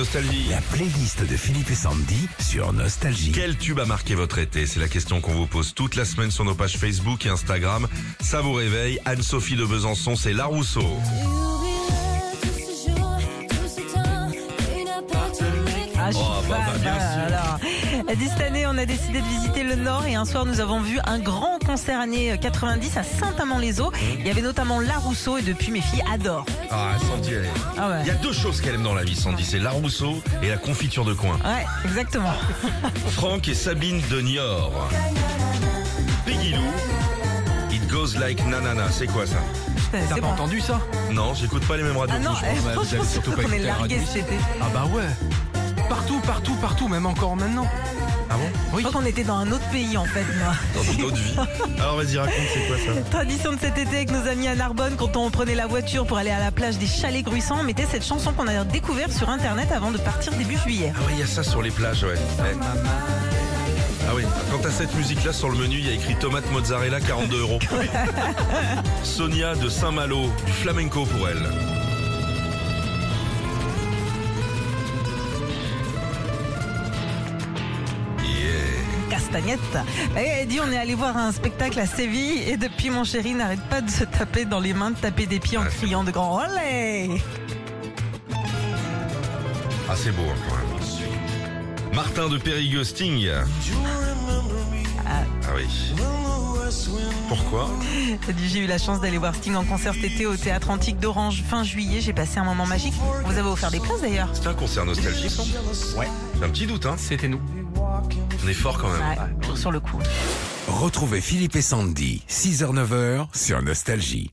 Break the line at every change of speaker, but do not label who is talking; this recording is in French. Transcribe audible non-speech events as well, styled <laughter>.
Nostalgie.
La playlist de Philippe et Sandy sur Nostalgie.
Quel tube a marqué votre été C'est la question qu'on vous pose toute la semaine sur nos pages Facebook et Instagram. Ça vous réveille. Anne-Sophie de Besançon, c'est La Rousseau.
Ah, je suis
Oh, bah, bah,
fan,
bien
ah, alors. Elle dit, cette année, on a décidé de visiter le Nord et un soir, nous avons vu un grand concert années 90 à Saint-Amand-les-Eaux.
Mmh.
Il y avait notamment La Rousseau et depuis, mes filles adorent.
Ah, Sandy, elle est-
Ah ouais.
Il y a deux choses qu'elle aime dans la vie, Sandy. C'est La Rousseau et la confiture de coin.
Ouais, exactement.
Franck et Sabine de Niort. Peggy Lou. It goes like nanana. C'est quoi ça
C'est
T'as
bon.
pas entendu ça
Non, j'écoute pas les mêmes radios.
Ah non,
que vous, je
eh,
pense.
Ouais, vous
franchement,
avez
<laughs>
surtout
surtout
pas
qu'on est
écouté la
largués
radio.
cet été.
Ah bah ouais. Partout, partout, partout, même encore maintenant.
Ah bon
Je
Oui.
crois qu'on était dans un autre pays, en fait, moi.
Dans une autre
<laughs>
vie. Alors vas-y, raconte, c'est quoi ça
Tradition de cet été avec nos amis à Narbonne, quand on prenait la voiture pour aller à la plage des Chalets Gruissants, on mettait cette chanson qu'on a découverte sur Internet avant de partir début juillet.
Ah oui, il y a ça sur les plages, ouais. Ouais. Ah oui, quant à cette musique-là, sur le menu, il y a écrit tomate mozzarella, 42 euros. Sonia de Saint-Malo, du flamenco pour elle. Yeah.
Castagnette. Et elle dit on est allé voir un spectacle à Séville et depuis mon chéri n'arrête pas de se taper dans les mains, de taper des pieds en
Ah, c'est
criant de grand olé.
Ah, c'est beau, hein, quand même. Martin de Périgueux, Sting. Ah oui. Pourquoi
Elle dit, J'ai eu la chance d'aller voir Sting en concert cet été au théâtre antique d'Orange fin juillet. J'ai passé un moment magique. On Vous avez offert des places d'ailleurs.
C'est un concert nostalgique, non
Ouais.
J'ai un petit doute, hein.
C'était nous.
On est fort quand même.
Ouais, sur le coup.
Retrouvez Philippe et Sandy, 6h-9h sur Nostalgie.